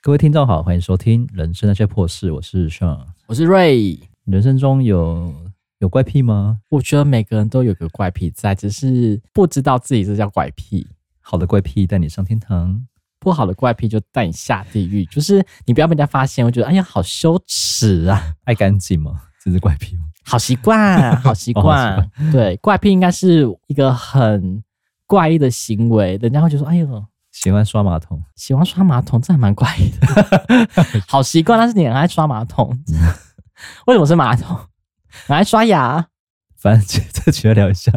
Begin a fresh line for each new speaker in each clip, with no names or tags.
各位听众好，欢迎收听《人生那些破事》，我是 Sean。
我是瑞。
人生中有有怪癖吗？
我觉得每个人都有个怪癖在，只是不知道自己这叫怪癖。
好的怪癖带你上天堂，
不好的怪癖就带你下地狱，就是你不要被人家发现，我觉得哎呀好羞耻啊，
爱干净吗？这是怪癖吗？
好习 惯，好习
哦好
惯。对，怪癖应该是一个很怪异的行为，人家会觉得说哎呦。
喜欢刷马桶，
喜欢刷马桶，这还蛮怪异的， 好习惯。但是你很爱刷马 桶，为什么是马桶？很爱刷牙。
反正这期来聊一下，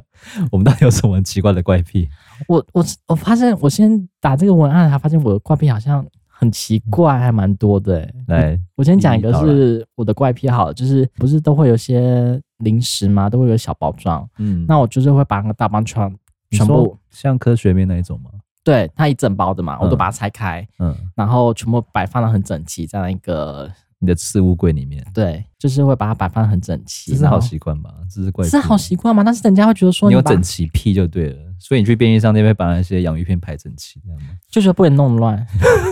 我们到底有什么奇怪的怪癖？
我我我发现，我先打这个文案，才发现我的怪癖好像很奇怪，还蛮多的、欸。
来，
我先讲一个
嗯好啦
是我的怪癖好了，就是不是都会有些零食嘛，都会有小包装。
嗯，
那我就是会把那个大包装
你
全部
说，像科学面那一种吗？
对它一整包的嘛，我都
嗯
把它拆开，
嗯，
然后全部摆放的很整齐，在那一个
你的置物柜里面，
对，就是会把它摆放的很整齐。
这是
然后
好习惯吧？这是怪癖，
啊是好习惯吗？但是人家会觉得说
你有
把
整齐癖就对了，所以你去便利商店会把那些洋芋片排整齐，这样吗？
就觉得不能弄乱，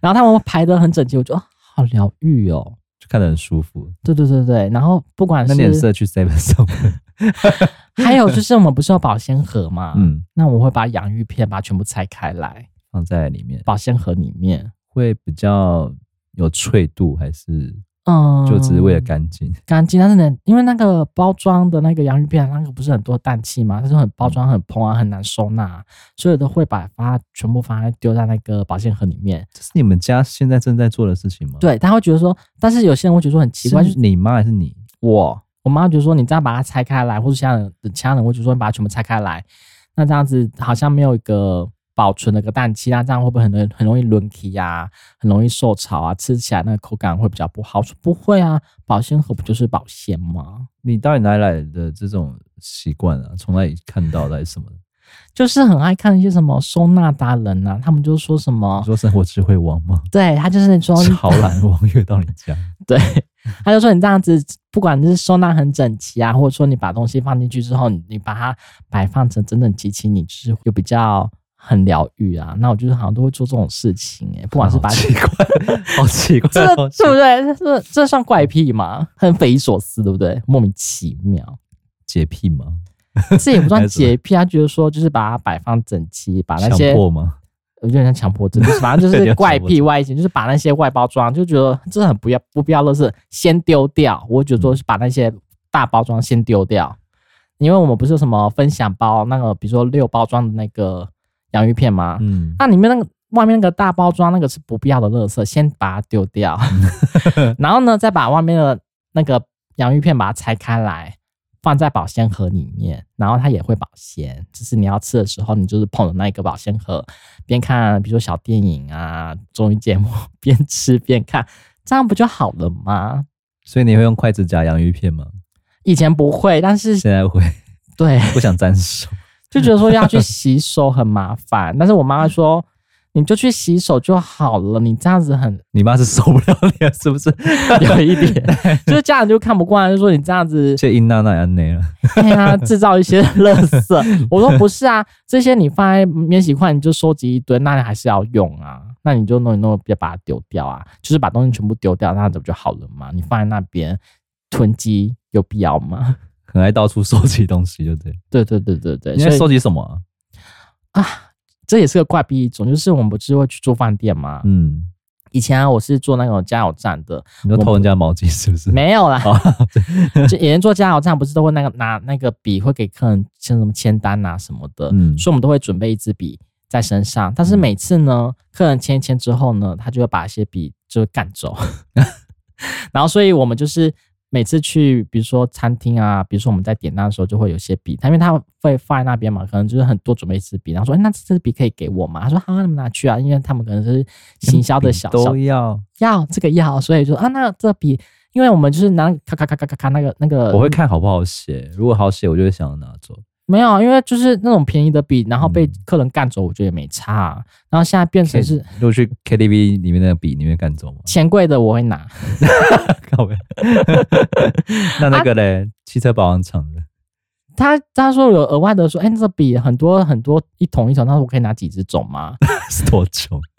然后他们排的很整齐，我觉得、哦、好疗愈哦。
就看得很舒服。
对对对对，然后不管
那你很
是
适合去 Seven 上班，
还有就是我们不是有保鲜盒嘛，
嗯，
那我会把洋芋片把它全部拆开来，
放在里面
保鲜盒里面，
会比较有脆度，还是
嗯，
就只是为了干净？
干净，但是呢，因为那个包装的那个洋芋片，那个不是很多氮气嘛，它是很包装很蓬啊，很难收纳，所以都会把它全部放在丢在那个保鲜盒里面。
这是你们家现在正在做的事情吗？，
对，他会觉得说，但是有些人会觉得说很奇怪，就是
是你妈还是你？
我我妈觉得说你这样把它拆开来，或者其他人其他人会觉得说你把它全部拆开来，那这样子好像没有一个保存的一个氮气，那这样会不会很容易很容易轮起呀、很容易受潮啊，吃起来那个口感会比较不好？我说不会啊，保鲜盒不就是保鲜吗？
你到底哪里来的这种习惯啊？从哪里看到的还是什么的？
就是很爱看一些什么收纳达人呐、他们就说什么
你，说生活智慧王吗？
对他就 是说，
潮男王越到你家，
对，他就说你这样子，不管是收纳很整齐啊，或者说你把东西放进去之后，你你把它摆放成整整齐齐，你就是有比较很疗愈啊。那我就是好像都会做这种事情诶、 不管是把
好奇怪，好奇怪
这
的
个
东西，
对不对？这这算怪癖吗？很匪夷所思，对不对？莫名其妙，
洁癖吗？
这也不算洁癖，他觉得说就是把它摆放整齐，把那
强
些
迫吗？
有点像强迫症，就是反正就
有
是
点
怪
强迫症
癖外形，就是把那些外包装就觉得这很不要不必要的是先丢掉。我觉得
嗯
说是把那些大包装先丢掉，因为我们不是有什么分享包那个，比如说六包装的那个洋芋片吗？
嗯，
那里面那个外面那个大包装那个是不必要的垃圾，先把它丢掉，然后呢再把外面的那个呃洋芋片把它拆开来。放在保鲜盒里面，然后它也会保鲜。就是你要吃的时候，你就是捧着那个保鲜盒，边看比如说小电影啊、综艺节目， 边吃边看，这样不就好了吗？
所以你会用筷子夹洋芋片吗？
以前不会，但是
现在会
对，
不想沾手，
就觉得说要去洗手很麻烦。但是我妈说，你就去洗手就好了，你这样子很
你妈是受不了你了，是不是？
有 一点，就是家长就看不惯，就说你这样子，
这英娜娜安内了，
哎
啊
呀， 制造一些垃 圾。我说不是啊，这些你放在免洗块，你就收集一堆，那你还是要用啊，那你就弄一弄，别把它丢掉啊，就是把东西全部丢掉，那这不就好了嘛？你放在那边囤积有必要吗？
很爱到处收集东西，就对。
对对对对对，
你
所
在
以
收集什么啊？
这也是个怪癖一种，就是我们不是会去住饭店吗？
嗯，
以前啊、我是做那种加油站的，
你说
我
偷人家毛巾是不是？
没有啦，
啊，对
就以前做加油站不是都会那个拿那个笔会给客人签什么签单啊什么 的，
嗯
所以我们都会准备一支笔在身上。但是每次呢，客人签一签之后呢，他就会把一些笔就 干走，然后所以我们就是。每次去，比如说餐厅啊，比如说我们在点单的时候，就会有一些笔，他因为他会放在那边嘛，可能就是很多准备一支笔，然后说、哎那这支笔可以给我吗？他说好、啊，你们拿去啊，因为他们可能是行销的小
连笔
小
都要。
要这个要，所以就啊，那这笔，因为我们就是拿那个咔咔咔咔咔咔那个那个，
我会看好不好写，如果好写，我就会想要拿走。
没有，因为就是那种便宜的笔，然后被
嗯
客人干走，我觉得也没差啊、然后现在变成是？
如果去 KTV 里面那个笔，你会干走吗
钱柜的我会拿，
靠背。 那那个嘞，汽车保养厂的，
他他说有额外的说，哎、这笔很多很多一桶一桶，他说我可以拿几支走吗？
是多穷？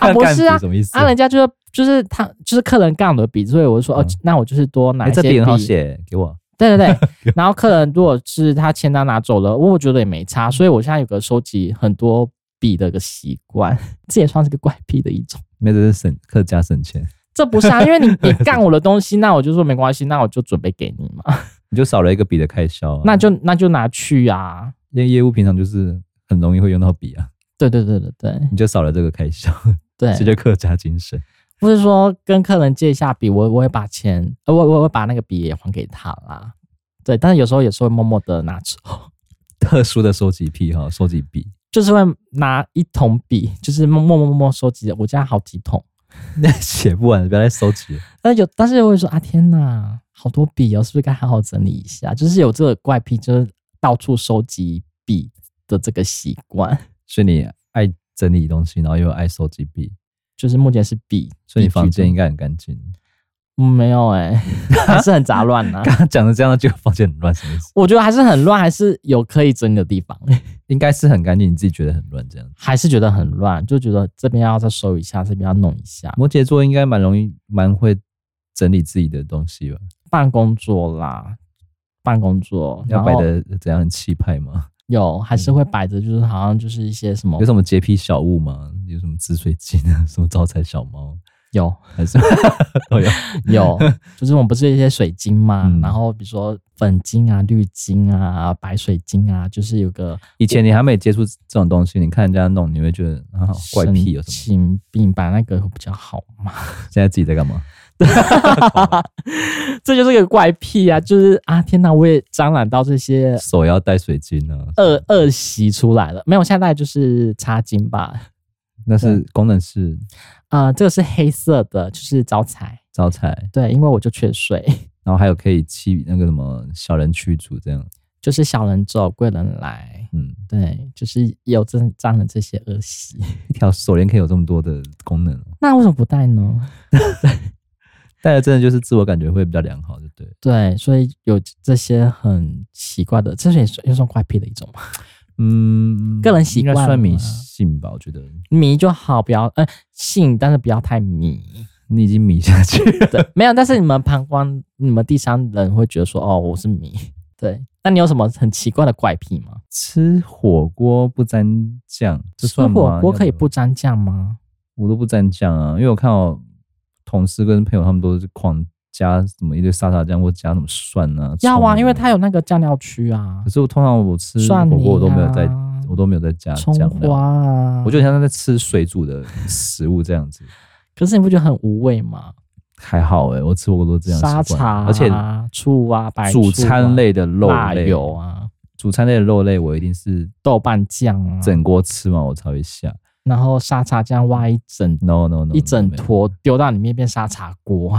啊，不是
干
啊
笔，什么意思？
啊，人家就是就是他就是客人杠我的笔，所以我就说哦
嗯，
那我就是多拿
哎，
一
这
些笔
笔很好写，给我。
对对对，然后客人如果是他签单拿走了，我觉得也没差，所以我现在有个收集很多笔的一个习惯，这也算是个怪癖的一种。
没准是省客家省钱，
这不是啊，因为你你干我的东西，那我就说没关系，那我就准备给你嘛，
你就少了一个笔的开销、啊。
那就那就拿去啊。
因为业务平常就是很容易会用到笔啊，
对对对对对
你就少了这个开销，这
对，
就客家精神。
不是说跟客人借一下笔，我我会把钱，呃，我我会把那个笔也还给他啦。对，但是有时候也是会默默的拿走，
特殊的收集癖哈，收集笔，
就是会拿一桶笔，就是默默默默收集，我家好几桶。
那写不完，不要再收集了。
但有，但是又会说啊，天哪，好多笔哦，是不是该好好整理一下？就是有这个怪癖，就是到处收集笔的这个习惯，
所以你爱整理东西，然后又爱收集笔，
就是目前是笔。
所以你房间
笔
应
居
该很干净。
多、嗯没有哎、 还是很杂乱呐、
刚刚讲的这样，就房间很乱，什么意思？
我觉得还是很乱，还是有可以整理的地方，
应该是很干净，你自己觉得很乱这样。
还是觉得很乱，就觉得这边要再收一下，这边要弄一下。
摩羯座应该蛮容易，蛮会整理自己的东西吧？
办公桌啦，办公桌，
要
然
摆
后
的怎样很气派吗？
有还是会摆着，就是好像就是一些什么
有什么洁癖小物吗？有什么紫水晶啊？ 什么招财小猫？
有
还是 都有？
有，就是我们不是有一些水晶嘛，
嗯
然后比如说粉晶啊、绿晶啊、白水晶啊，就是有个
以前你还没接触这种东西，你看人家弄，你会觉得啊，好怪癖有什么？
请病把那个会比 较好嘛，
现在自己在干 嘛？
这就是个怪癖啊，就是啊，天哪，我也沾染到这些
手要戴水晶啊？
恶恶习出来了。没有，现在就是插金吧，
那是功能是
呃，这个是黑色的，就是招财，
招财，
对，因为我就缺水，
然后还有可以驱那个什么小人驱逐这样。
就是小人走，贵人来。
嗯，
对，就是有这沾了这些恶习，
一条手链可以有这么多的功能哦，
那为什么不戴呢？
戴了真的就是自我感觉会比较良好，就对了。
对，所以有这些很奇怪的，这也算也算怪癖的一种嘛。
嗯，
个人习惯啊
应该算迷
嘛
信吧，我觉得
迷就好，不要呃信，但是不要太迷。
你已经迷下去了。
对，没有，但是你们旁观，你们第三人会觉得说，哦，我是迷。对，那你有什么很奇怪的怪癖吗？
吃火锅不沾酱，这
吃
算吗
火锅可以
要
不沾酱吗？
我都不蘸酱啊，因为我看我同事跟朋友他们都是狂加什么一堆沙茶酱，或加什么蒜啊。
要
葱
啊，因为它有那个酱料区啊
可，是我通常我吃火
蒜泥
锅我都没有在，
啊
我都没有在加
葱
酱料，
花啊。
我就很像在吃水煮的食物这样 子。
可是你不觉得很无味吗？
还好哎、我吃火锅都这样习
沙
惯，
茶啊、
而且
醋啊、白醋啊
主餐类的肉
辣
类
油，啊、
主餐类的肉类我一定是
豆瓣酱啊，
整锅吃完我才会下。
然后沙茶酱挖一整
No No No，,
一整
没有
坨丢到里面变沙茶锅，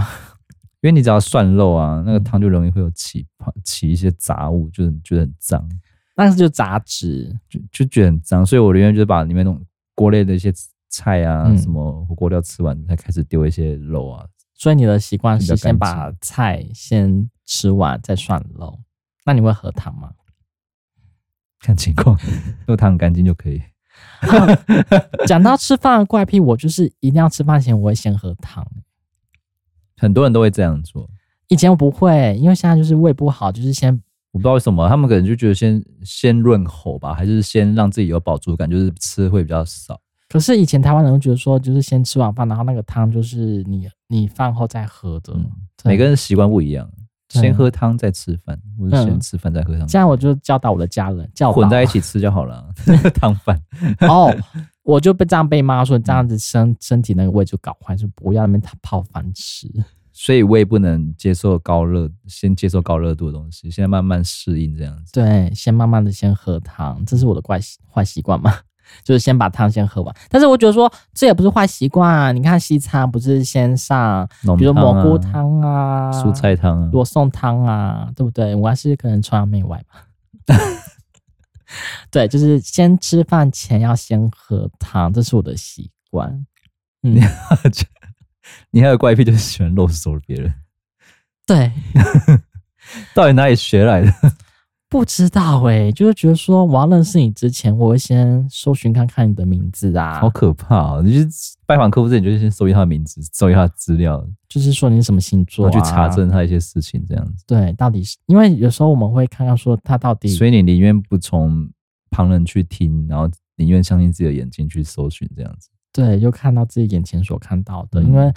因为你只要涮肉啊，
嗯
那个汤就容易会有起泡起一些杂物，就是觉得很脏，
那就杂质。
就就觉得很脏，所以我宁愿就是把里面那种锅类的一些菜啊，
嗯
什么火锅料吃完，才开始丢一些肉啊。
所以你的习惯是
比较干
先把菜先吃完再涮肉。那你会喝汤 吗？
看情 况，如果汤很干净就可以。
讲到吃饭的怪癖，我就是一定要吃饭前我会先喝汤。
很多人都会这样做，
以前我不会，因为现在就是胃不好，就是先
我不知道为什么，他们可能就觉得先先润喉吧，还是先让自己有饱足感，就是吃会比较少。
可是以前台湾人会觉得说，就是先吃完饭，然后那个汤就是你你饭后再喝的。
嗯
对
每个人习惯不一样，
对
先喝汤再吃饭，或者先
嗯
吃饭再喝汤，
这样我就教导我的家人，教导
混在一起吃就好了 啊，汤饭。
哦，我就被这样被妈说你这样子身身体那个胃就搞坏，就不要那边泡饭吃。
所以我也不能接受高热，先接受高热度的东西，现在慢慢适应这样子。
对，先慢慢的先喝汤，这是我的怪习坏习惯嘛， 就是先把汤先喝完。但是我觉得说这也不是坏习惯啊，你看西餐不是先上，
浓
比如
汤啊
蘑菇、汤啊、
蔬、菜汤啊，
罗宋汤啊，对不对？我还是可能崇洋媚外吧。 对，就是先吃饭前要先喝汤，这是我的习惯。嗯，
你还有怪癖就是喜欢肉搜别人，
对。
到底哪里学来的？
不知道哎、就是觉得说我要认识你之前，我会先搜寻看看你的名字啊
好，可怕、哦！你去拜访客户之前，你就先搜一下他的名字，搜一下他的资料，
就是说你什么星座、
然后
啊，
去查。证他一些事情，这样子。
对，到底是因为有时候我们会看看说他到底
所以你宁愿不从旁人去听，然后宁愿相信自己的眼睛去搜寻，这样子。
对，就看到自己眼前所看到的，
嗯
因为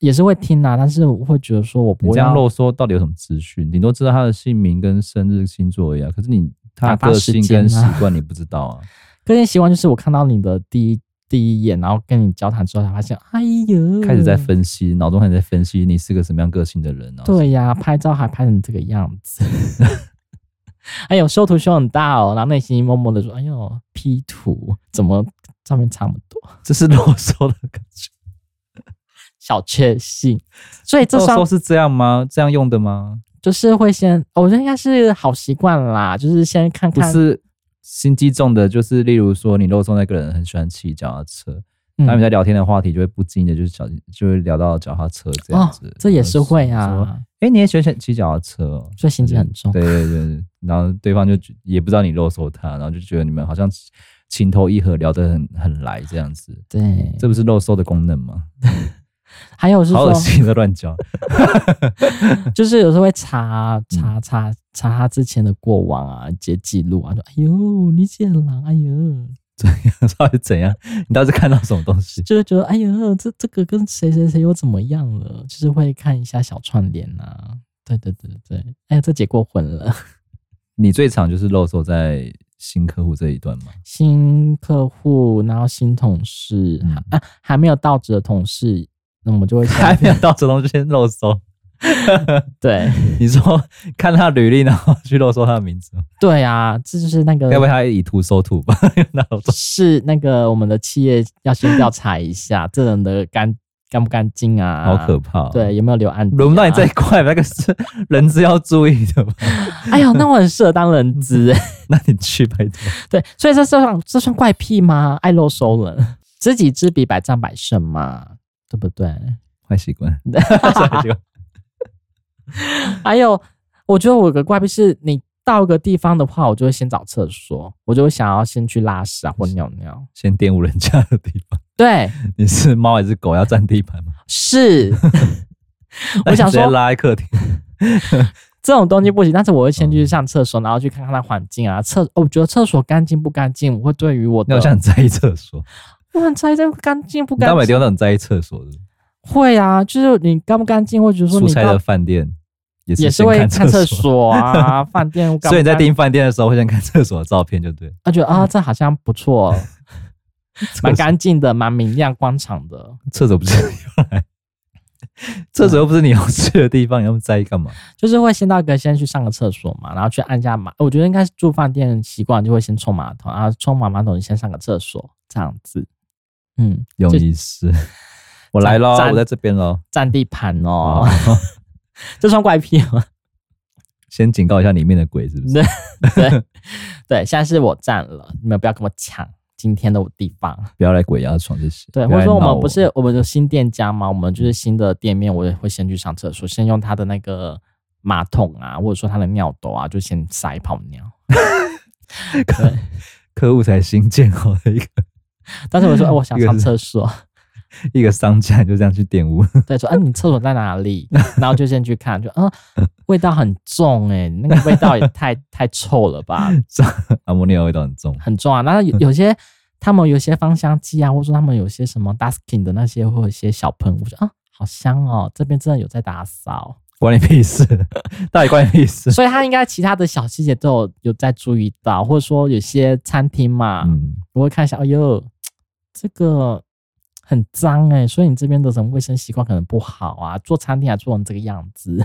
也是会听啊，但是我会觉得说我
你
不
这样
要
啰嗦到底有什么资讯？顶多知道他的姓名跟生日、星座而已啊。可是你他
打发
个
时
性
间
跟习
啊
惯你不知道啊。
个人习惯，就是我看到你的第一第一眼，然后跟你交谈之后才发现，哎呦，
开始在分析，脑中开始在分析你是个什么样个性的人啊。然后
对呀、拍照还拍成这个样子。 哎呦，修图修很大哦，然后内心默默的说：“哎呦，P 图怎么照片差那么多
这是啰嗦的感觉。？”
小确幸，所以这
啰
算
哦嗦是这样吗？这样用的吗？
就是会先，我觉得应该是好习惯啦，就是先看
不
看，
是心机重的，就是例如说你肉松那个人很喜欢骑脚踏车，
嗯
他们在聊天的话题就会不经意的就是小就会聊到脚踏车这样
哦
子，，
这也是会
然后说。
啊，
哎、你也喜欢骑脚踏车、哦？
所以心机很重。
对对对对，然后对方就觉也不知道你肉搜他，然后就觉得你们好像情投意合，聊得很很来这样子，
对，
这不是肉搜的功能吗？
还有是
好恶
说，
心的乱讲。
就是有时候会
嗯
查查查查他之前的过往啊，一些记录啊，说哎呦，你这狼，哎呦，
到底怎样？你到底是看到什么东西？
就是觉得哎呦，这这个跟谁谁谁又怎么样了，就是会看一下小串联啊。对对对对，对哎呀，这结过婚了，
你最常就是露手在新客户这一 段吗？
新客户，然后新同事、
嗯
啊，还没有到职的同事，那我们就会先
还没有到主动就先露手。
对
你说看他履历，然后去露搜他的名字吗，
对啊，这就是那个
该不会他以图搜图吧？ 那我说
是那个我们的企业要先调查一下这人的干干不干净啊，
好可怕、哦。，
对，有没有留案底啊、
轮不到你这一块，那个是人是要注意 的吧。
哎呦，那我很适合当人资、
那你去拜托。
对，所以这算这算怪癖吗？爱露收人， 知己知彼，百战百胜嘛，对不对？
坏习 惯，坏习惯。
还有，我觉得我有个怪癖是，你到一个地方的话，我就会先找厕所，我就会想要先去拉屎啊或尿尿。
先玷污人家的地方。
对，
你是猫还是狗？要占地 盘吗？
是
那你
想
直接
说
拉在客厅。
这种东西不行，但是我会先去上厕
嗯
所，然后去看看它环境啊。厕，哦我觉得厕所干净不干净，我会对于我
那
的
我，像很在意厕所，
我很在意这个干净不
你到
干
每
净。
天都很在意厕所的。
会啊，就是你干不干净，或者说
出
你
差
到
的饭店也是
也是
先
会
看厕
看厕，所 啊，饭店干不干。
所以你在订饭店的时候会先看厕所的照片，就对了。
他觉得啊，这好像不错，蛮
厕所
干净的，蛮明亮光场的。
厕所不是你用来， 厕所又不是你要去的地方，你那么在意干嘛？
就是会先到一个先去上个厕所嘛，然后去按一下马。我觉得应该是住饭店习惯就会先冲马桶，然后冲完马桶先上个厕所这样子。嗯，
用意 是，我来喽，
站
我在这边喽。
占地盘
哦
哦，， 这算怪癖吗？
先警告一下里面的鬼是不是
对？对 对，现在是我占了，你们不要跟我抢今天的地方。
不要来鬼压床这些。
对，
不要
或者
来
说我
闹
们不是我们的新店家嘛，我们就是新的店面，我也会先去上厕所，先用它的那个马桶啊，或者说它的尿斗啊，就先撒一泡尿。
客客户才新建好的一个
但是 我说，哎、我想
一个
上
是
厕所，
一个商家，你就这样去玷污。
对，说，哎、你厕所在哪里？然后就先去看，就嗯，味道很重哎、那个味道也太太臭了吧，
阿莫尼亚味道很 重，
很重啊。然后有有些他们有些芳香剂啊，或者说他们有些什么 Duskin 的那些，或者一些小喷雾，我说啊，好香哦，这边真的有在打扫。
关你屁 事？到底关你屁 事？
所以他应该其他的小细节都有有在注意到，或者说有些餐厅嘛，
嗯，
我会看一下，哎呦，这个很脏哎、所以你这边的什么卫生习惯可能不好啊，做餐厅还做成这个样子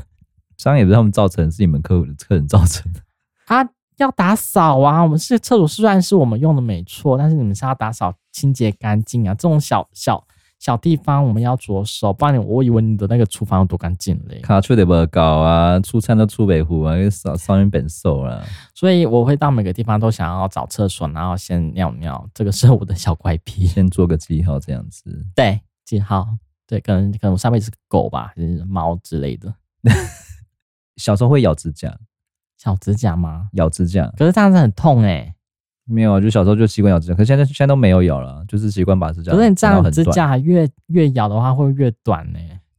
商业不是他们造成，是你们客户客人造成的。
啊，要打扫啊，我们是厕所虽然是我们用的没错，但是你们是要打扫清洁干净啊，这种小小小地方我们要着手，不然你我以为你的那个厨房有多干净 嘞，
卡出得不搞啊，出餐都出北湖啊，又少少人本啊寿啦。
所以我会到每个地方都想要找厕所，然后先尿尿，这个是我的小怪癖。
先做个记号这样子。
对，记号，对，可能可能我上辈子是狗吧，还是猫之类的。
小时候会咬指甲，
小指甲吗？
咬指甲，
可是这样子很痛哎、
没有啊，就小时候就习惯咬指甲，可是现在现在都没有咬了，啊就是习惯把指甲
可是你这
剪到
样
很
指
短，
甲越越咬的话会越短呢、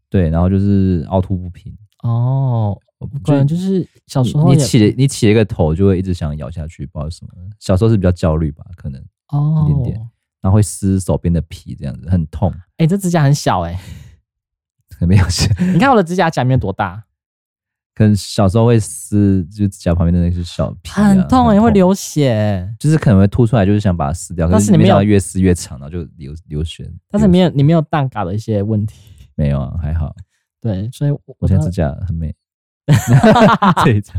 对，然后就是凹凸不平，
哦，可能就是小时
你
候
你
也
起了你起了一个头就会一直想咬下去，不知道什么，小时候是比较焦虑吧，可能，
哦，
一点点然后会撕手边的皮，这样子很痛，
哎、这指甲很小 哎、
可能没有事，
你看我的指甲甲面多大，
可能小时候会撕，就指甲旁边的那些小皮、啊，
很痛哎、会，流血欸，
就是可能会凸出来，就是想把它撕掉，可
但
是
是你
没
没
想到
有
越撕越长，然后就流流血，
但是
流
没有你没有蛋嘎的一些问题，
没有啊，还好，
对，所以我
我现在
的
指甲很 美，这一张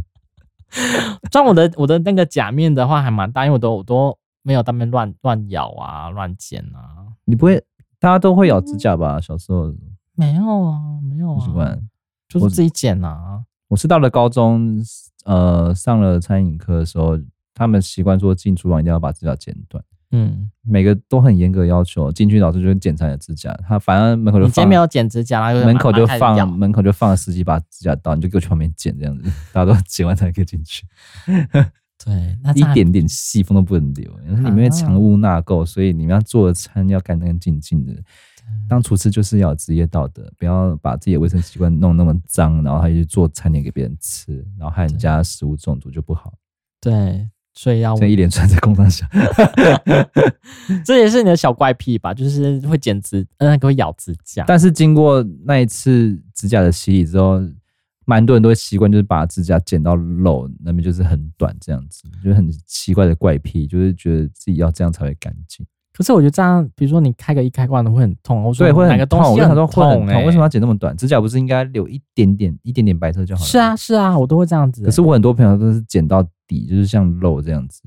像我的我的那个甲面的话还蛮大，因为我都我都没有当面乱乱咬啊、乱剪啊，
你不会，大家都会咬指甲吧？小时候
没有啊，没有
不习
啊
惯，。
嗯就是自己剪啊。
我是到了高中，呃，上了餐饮课的时候，他们习惯说进厨房一定要把指甲剪短，
嗯，
每个都很严格要求。进去老师就会检查你的指甲，他反正门口
你
就
今天
放
没，有剪指甲啦，然后
门口就
咬
放门口就放了十几把指甲刀，你就给我去旁边剪这样子，大家都剪完才可以进去，
对，那这
一
样
点点细缝都不能留，因为你们会藏污纳垢，所以你们要做的餐要干干净净的。当厨师就是要有职业道德，不要把自己的卫生习惯弄那么脏，然后还去做餐点给别人吃，然后害人家食物中毒就不好。
对，所以要
这一连串在工厂下，
这也是你的小怪癖吧，就是会剪指，呃那个会咬指甲。
但是经过那一次指甲的洗礼之后，蛮多人都会习惯，就是把指甲剪到露那边，就是很短这样子，就是很奇怪的怪癖，就是觉得自己要这样才会干净。
可是我觉得这样，比如说你开个一开关的会很痛，我说
对，会
哪
很
个
痛。
东
我
西
就想说会很
痛、欸，
痛，为什么要剪那么短？指甲不是应该留一点点、一点点白色就好了？
是啊，。是啊，我都会这样子、
可是我很多朋友都是剪到底，就是像露这样子，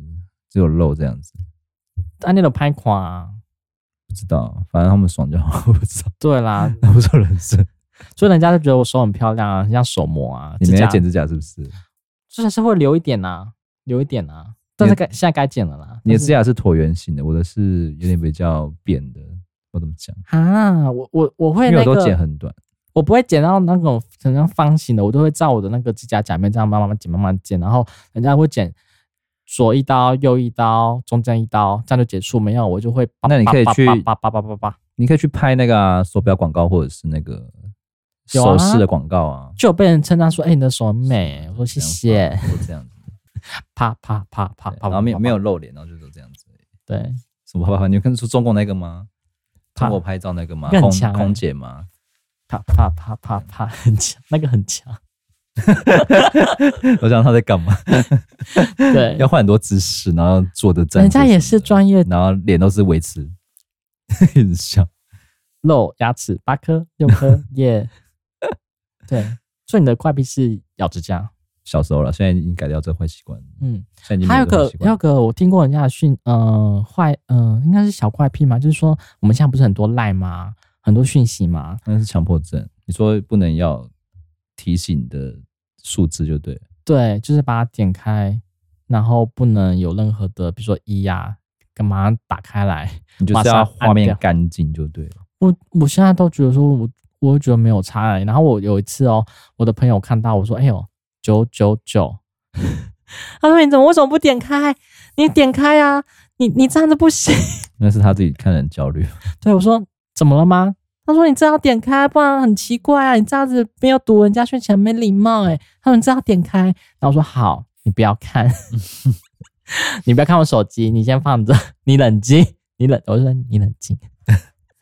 只有露这样子，
按那种拍垮、啊。
不知道，反正他们爽就好， 我不知道，
对 啦，
那不是我人生。
所以人家就觉得我手很漂亮啊，很像手模啊，
你
指
没在
甲
剪指甲是不是？
这还是会留一点啊，留一点啊。但是该现在该剪了啦。
你的
但
指
是
甲是椭圆形的，我的是有点比较扁的。我怎么讲？
啊，我我我会
因为
那
我都剪
个，
很短，
我不会剪到那种可能方形的，我都会照我的那个指甲甲面这样慢慢慢剪，慢慢剪，然后人家会剪左一刀、右一刀、中间一刀，这样就结束。没有，我就会叭
那你可以
叭
去
叭叭叭叭叭叭，
你可以去拍那个啊手表广告或者是那个
有啊
首饰的广告啊。
就有被人称赞说：“哎、你的手很美。”我说：“哦谢谢。
我这样 子，”
啪啪啪啪
对
啪，
然后没有
啪
没有露脸，然后就是这样子而已。
对，
什么啪啪啪？你有看出中国那个 吗？
啪
中国拍照那个吗？
那很
空
强欸
空姐吗？
啪啪啪啪啪，很强，那个很强。
我想她在干嘛？
对，
要换很多姿势，然后坐的站，
人家也是，专业
然后脸都是维持， 很像。
肉、牙齿八颗、六 颗，耶、对，所以你的怪癖是咬指甲。
小时候了，现在已经改掉这坏习惯了。
嗯，
现在已经没
还有
这坏
个
习
还
惯
有
了。
个，我听过人家的讯，呃，坏，呃，应该是小怪癖嘛，就是说我们现在不是很多赖吗？很多讯息嘛，
那是强迫症。你说不能要提醒的数字就对了。
对，就是把它点开，然后不能有任何的，比如说一呀、干嘛打开来。
你就是
马
要
上按
画面
掉
干净就对了。
我我现在都觉得说我，我会觉得没有差、欸。然后我有一次哦，我的朋友看到我说：“哎呦，九九九。” 他说：“你怎么为什么不点开？你点开啊！你你这样子不行。
那是他自己看人焦虑，”
对我说：“怎么了吗？”他说：“你这样要点开，不然很奇怪啊！你这样子没有读人家讯息，很没礼貌哎、他说：“你这样要点开。”然后我说：“好，你不要看， 你不要看我手机，你先放着，你冷静，你冷。”我说：“你冷静。”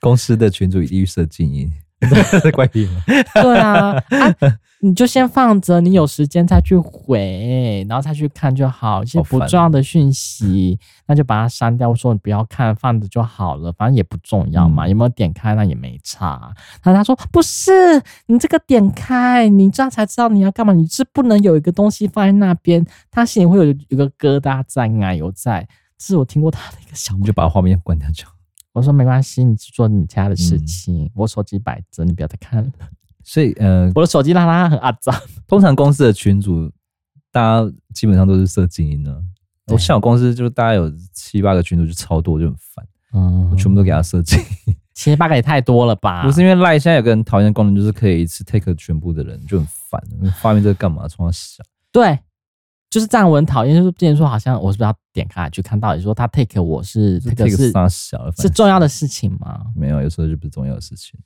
公司的群主一定预设静音， 怪癖吗？
对啊，啊你就先放着，你有时间再去回，然后再去看就好。一些
好
不
烦
重要的讯息，那就把它删掉，说你不要看，放着就好了，反正也不重要嘛。
嗯
有没有点开那也没差。然后他说不是，你这个点开，你这样才知道你要干嘛，你是不能有一个东西放在那边，他心里会有有个疙瘩在，奶油在。这是我听过他的一个小
你就把画面关掉就好。
我说没关系，你去做你家的事
嗯
情，我手机摆着，你不要再看了。
所以呃，
我的手机让它很阿脏。
通常公司的群主，大家基本上都是设静音的。
对
我像我公司就是大概有七八个群主就超多，就很烦，
嗯
我全部都给他设静。
七十八个也太多了吧？
不是因为赖现在有个很讨厌的功能，就是可以一次 take 全部的人，就很烦。发明这个干嘛？从小
对，就是这样，我很讨厌。就是之前说，好像我是不是要点开来去看，到底说他 take 我是
这
take 是
啥小了，
是重要的事情吗？
没有，有时候就不是重要的事情。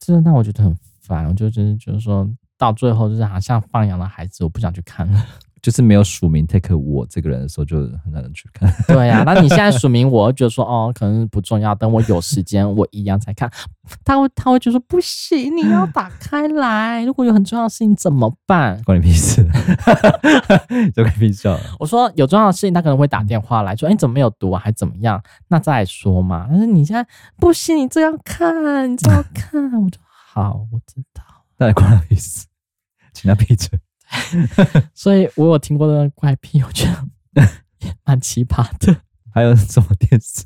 真的让我觉得很烦。我就就是就是说到最后，就是好像放羊的孩子，我不想去看 了。
就是没有署名 take 我这个人的时候，就很难去看。
对呀、那你现在署名我，我就觉得说哦，可能不重要，等我有时 间，我一样才看。他会他会就说不行，你要打开来，如果有很重要的事情怎么办？
关你屁事， 就关你屁事好了。
我说有重要的事情，他可能会打电话来说，哎、你怎么没有读啊，还怎么样？那再来说嘛。但是你现在不行，你这样看，你 这样看，我就好，我知道。
那关我屁事，请他闭嘴。
所以我有听过的怪癖，我觉得也蛮奇葩的。
还有什么电视？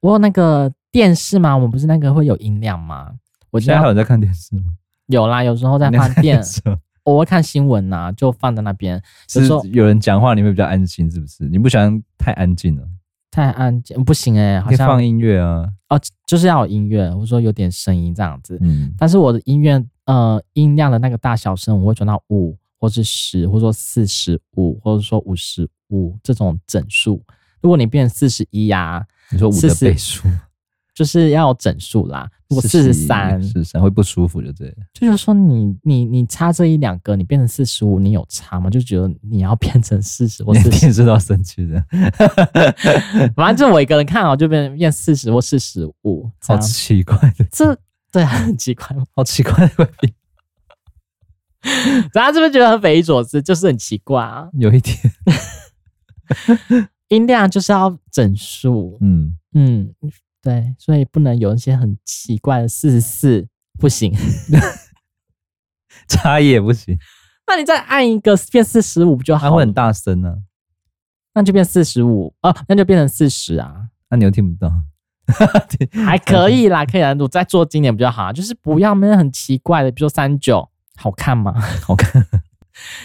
我有那个电视嘛，我们不是那个会有音量吗？我知
现在还有
道
人在看电视吗？
有啦，有时候在
你在
放
看
电
电，视吗
我会看新闻呐、就放在那边。有
是
时候
有人讲话你会比较安静，是不是？你不喜欢太安静了，
太安静不行哎、好
可以
像
放音乐啊。
哦，就是要有音乐，我说有点声音这样子。
嗯，
但是我的音乐呃音量的那个大小声，我会转到五或是十，或者说四十五，或者说五十五这种整数。如果你变四十一呀，
你说五的
四十
倍数，
就是要有整数啦。如果四十三，
四十三会不舒服，就对了。
就是说你你你差这一两个，你变成四十五，你有差吗？就觉得你要变成四十啊或
连
四十，
电视都要生气的，
反正就我一个人看哦，就变变四十或四十五，
好
这样
奇怪的，
哦这对啊，很奇怪。
好奇怪的怪癖，
大家是不是觉得很匪夷所思？就是很奇怪啊，
有一点，
音量就是要整数，
嗯，
嗯，对，所以不能有一些很奇怪的四十四，不行。
差异也不行，
那你再按一个变四十五不就
它
好
会
了？
很大声啊，
那就变四十五哦，那就变成四十啊，
那你又听 不到，
还可以啦，可以啦。我再做经典比较好啊，就是不要那很奇怪的，比如说三九，好看吗？
好 看，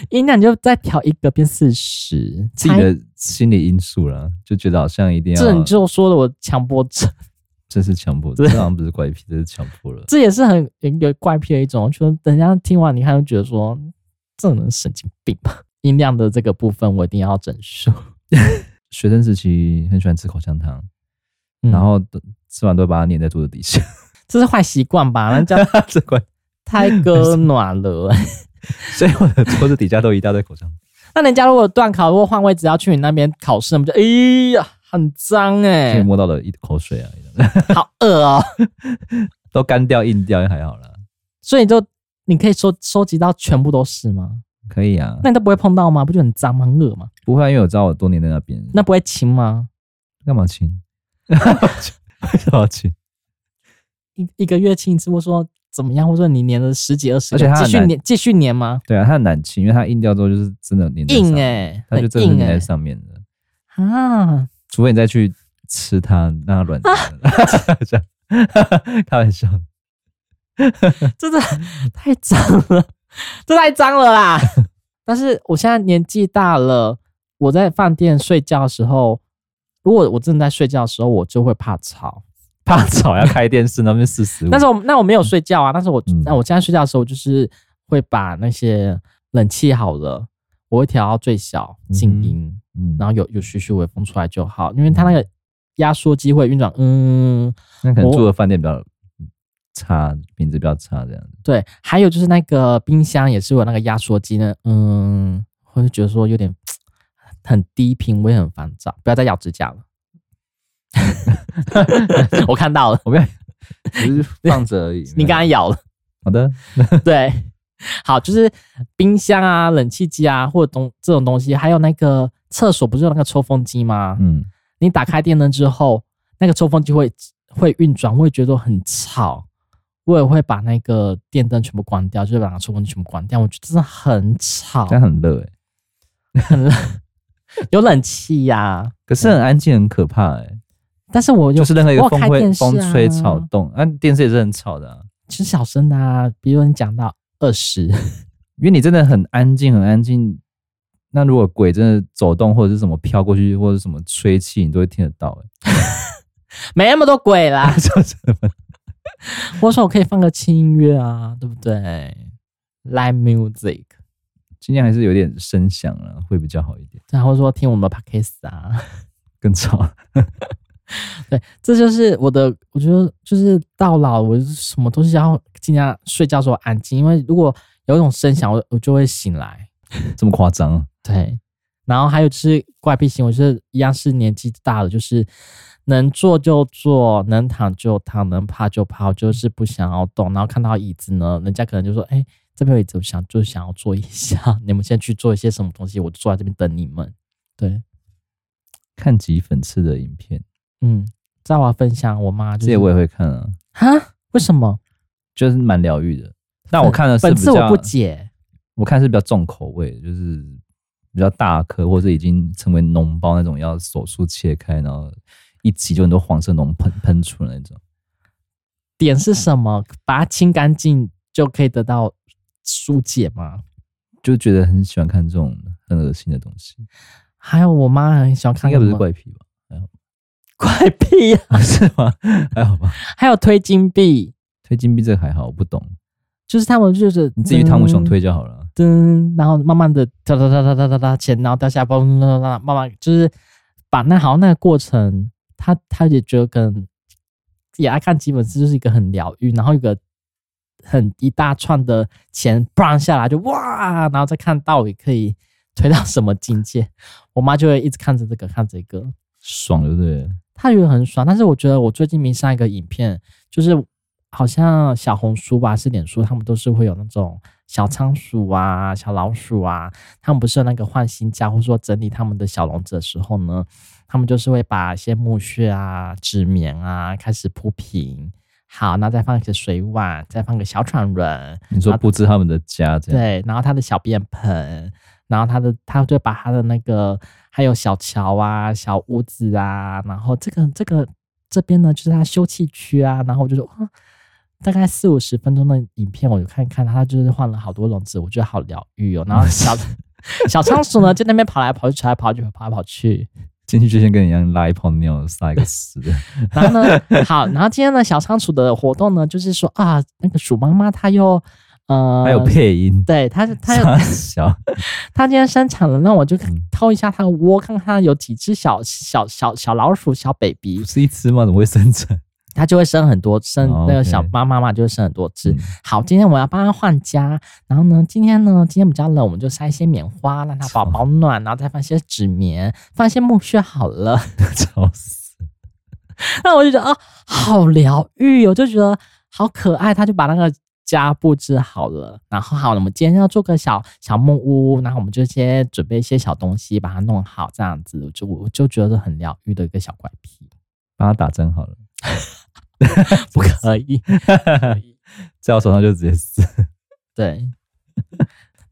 音量你就再调一个变四十，
自己的心理因素啦，就觉得好像一定
这
要
你，就说的我强迫症。
这是强迫，这
对
好像不是怪癖，这是强迫了。
这也是很一个怪癖的一种，就是人家听完你看就觉得说，这种人神经病吧。 音量的这个部分我一定要整 数，
学生时期很喜欢吃口香糖，
嗯
然后都吃完都会把它粘在桌子底下，
这是坏习惯吧？人家
这怪，
太割暖了。
所以我的桌子底下都一大堆口香糖。
那人家如果断考或换位置要去你那边考试，那不就哎呀很脏 哎、
所以摸到了一口水啊，
好恶哦、
都干掉硬掉也还好啦，
所以你就你可以收收集到全部都是吗？
可以啊
那，你都不会碰到吗？不就很脏吗？很恶吗？
不会、啊，因为我知道我多年在那边，
那不会亲吗？
干嘛亲？ 为什么要亲？
一一个月亲一次，或说怎么样，或者你粘了十几二十
而
个，
且它很
继续
难
粘继续粘吗？
对啊，它很难亲，因为它硬掉之后就是真的粘在上
硬
面，
哎、
它
很
就真的是
硬
粘
哎、
在上面的，
啊！
除非你再去吃它，让它软掉
啊
了， 这样开玩笑。
真的太脏了，这太脏了啦！但是我现在年纪大了，我在饭店睡觉的时候，如果我正在睡觉的时候，我就会怕吵。
怕吵要开电视，那边四十五
但，是我那我没有睡觉啊，但是我、
嗯
那我现在睡觉的时候，我就是会把那些冷气好了，我会调到最小静音。
嗯
然后有有徐徐微风出来就好，因为它那个压缩机会运转，嗯，
那可能
我
住的饭店比较差，品质比较差这样子。
对，还有就是那个冰箱也是有那个压缩机呢，嗯，我就觉得说有点很低频，我也很烦躁，不要再咬指甲了。 我看到了，
我没有， 只是放着而已。
你刚刚咬了，
好的，
对，好，就是冰箱啊、冷气机啊，或者东这种东西，还有那个厕所不是有那个抽风机吗？
嗯，
你打开电灯之后，那个抽风机会会运转，我也觉得很吵。我也会把那个电灯全部关掉，就是把那个抽风机全部关掉。我觉得真的很吵，
但很热哎、
有冷气呀、
可是很安静，很可怕哎、
但是我有
就是任何一
我
个风
有开
会
电视啊
风吹草动，啊，电视也是很吵的、啊，
是小声的啊，比如你讲到二十，
因为你真的很安静，很安静。那如果鬼真的走动或者是什么飘过去，或者是什么吹气，你都会听得到、 欸。
没那么多 鬼啦。
这样子
我说我可以放个轻音乐啊，对不对？Live music，
今天还是有点声响了，会比较好一点，
对啊，或者说听我们的 podcast 啊，
更吵。
对，这就是我的，我觉得就是到老，我就是什么东西要尽量睡觉的时候安静，因为如果有一种声响，我我就会醒来。
这么夸张啊？
对，然后还有就是怪癖型，我觉得一样是年纪大了，就是能坐就坐，能躺就躺，能趴就趴，我就是不想要动。然后看到椅子呢，人家可能就说：“哎，这边有椅子，我想就是想要坐一下， 你们先去做一些什么东西，我就坐在这边等你们。”对，
看几粉刺的影片，
嗯，在我要分享我妈就
这些
是
我也会看啊，
哈，为什么？
就是蛮疗愈的。但我看的是
本
比
次
较，
我不
我
解，
看是比较重口味的，就是比较大颗，或者已经成为脓包那种，要手术切开，然后一挤就很多黄色脓喷喷出来那种。
点是什么？把它清干净就可以得到疏解吗？
就觉得很喜欢看这种很恶心的东西，
还有我妈很喜欢看
应该不
什
是
么
怪癖吧？
怪癖呀、
是吗？还好吧。
还有推金币，
推金币这个还好，我不懂。
就是他们就是
你至于汤姆
嗯
熊推就好了。
噔，噔然后慢慢的哒哒哒哒哒哒哒钱，然后掉下来，嘣啦啦，慢慢就是把那好像那个过程，他他也觉得跟也爱看基本是就是一个很疗愈，然后一个很一大串的钱砰下来就哇，然后再看到底可以推到什么境界，我妈就会一直看着这个看这个，
爽就对了。
他觉得很爽，但是我觉得我最近迷上一个影片，就是好像小红书吧，是脸书，他们都是会有那种小仓鼠啊、小老鼠啊，他们不是有那个换新家，或者说整理他们的小笼子的时候呢，他们就是会把一些木屑啊、纸棉啊开始铺平，好，那再放一个水碗，再放个小船人，
你说布置他们的家这样，
啊对，然后他的小便盆，然后他的他就把他的那个还有小桥啊、小屋子啊，然后这个这个这边呢就是他休憩区啊，然后我就说哇，大概四五十分钟的影片，我就看一看他就是换了好多笼子，我觉得好疗愈哦。然后小小仓鼠呢就那边跑来跑去，跑来跑去，跑来跑去。
进去就先跟你一样拉一泡尿，撒一个屎 的。
然后呢，好，然后今天呢小仓鼠的活动呢就是说啊，那个鼠妈妈它又呃
还有配音，
对，它是 它又
傻小，
它今天生产了，那我就
嗯
掏一下它的窝，看看它有几只小小小小老鼠、小 baby，
不是一只吗？怎么会生成？
它就会生很多，生
哦
那个
OK
小妈妈嘛就会生很多只。
嗯
好，今天我要帮它换家，然后呢，今天呢，今天比较冷，我们就塞一些棉花让它保保暖，然后再放一些纸棉，放一些木屑好了。
吵死！
那我就觉得啊，好疗愈哦，我就觉得好可爱。他就把那个家布置好了，然后好了，我们今天要做个小小木屋，然后我们就先准备一些小东西，把它弄好，这样子，我就我就觉得很疗愈的一个小怪癖，
帮他打针好了，
不可以。
在我手上就直接撕。
对，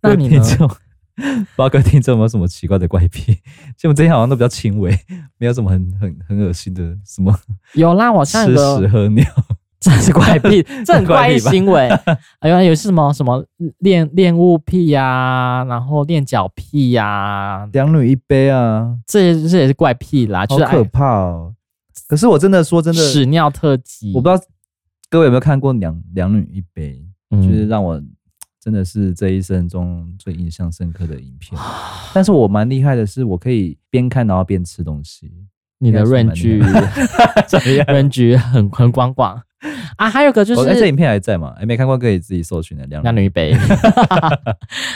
那你
各位
呢？
听众， 不知道各位听众有没有什么奇怪的怪癖？ 其实我们这些好像都比较轻微，没有什么很很很恶心的，什么
有啦，我像
吃
有
屎
个
喝尿，
这是怪 癖，这很怪
怪
异
癖吧
行 为。哎呦，有些什么什么恋恋物癖呀、然后恋脚癖呀、
两女一杯啊，
这这也是怪癖啦，就是爱
怕哦！可是我真的说真
屎尿特辑，
我不知道各位有没有看过《两两女一杯》，
嗯
就是让我真的是这一生中最印象深刻的影片。但是我蛮厉害的是，我可以边看然后边吃东西，
你的
应该是
range
蛮厉怎么样
range 很很广广啊，还有个就
我哎、这
是
影片还在吗？哎、没看过可以自己搜寻的两
男女 一杯，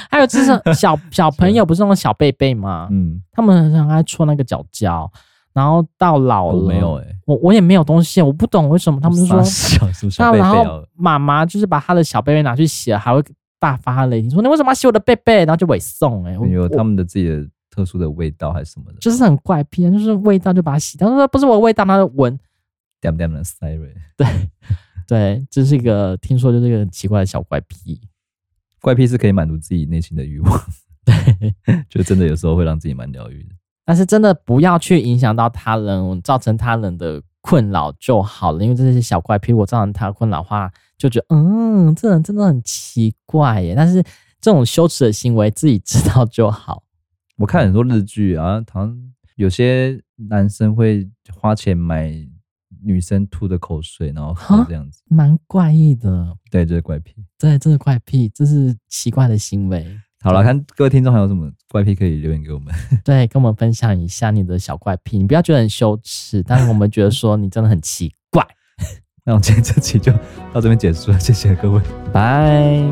还有就是小小朋友不是那种小贝贝吗？
嗯，
他们很爱戳那个脚脚，然后到老
我
了
没有，欸哎、
我我也没有东西，我不懂为什么他们就说
傻 小什么
那
小贝贝
然
哦
后，妈妈就是把她的小贝贝拿去洗了，还会大发雷霆说你为什么要洗我的贝贝？然后就委送哎、欸，我
有
我
他们的自己的特殊的味道还是什么的，
就是很怪癖啊，就是味道就把它洗掉，他说不是我的味道，他就闻
点点的 siren。
对，这是一个听说就是一个很奇怪的小怪癖。
怪癖是可以满足自己内心的欲望，对，就真的有时候会让自己蛮疗愈的。
但是真的不要去影响到他人，造成他人的困扰就好了。因为这些小怪癖，如果造成他困扰的话，就觉得嗯，这人真的很奇怪耶。但是这种羞耻的行为，自己知道就好。
我看很多日剧啊，好像有些男生会花钱买女生吐的口水，然后喝
哈
这样子。
蛮怪异的，
对，这、是怪癖。
对，这是怪癖，这是奇怪的行为。
好了，看各位听众还有什么怪癖可以留言给我们。
对，跟我们分享一下你的小怪癖，你不要觉得很羞耻，但是我们觉得说你真的很奇怪。
那我们今天这期就到这边结束了，谢谢各位。
拜。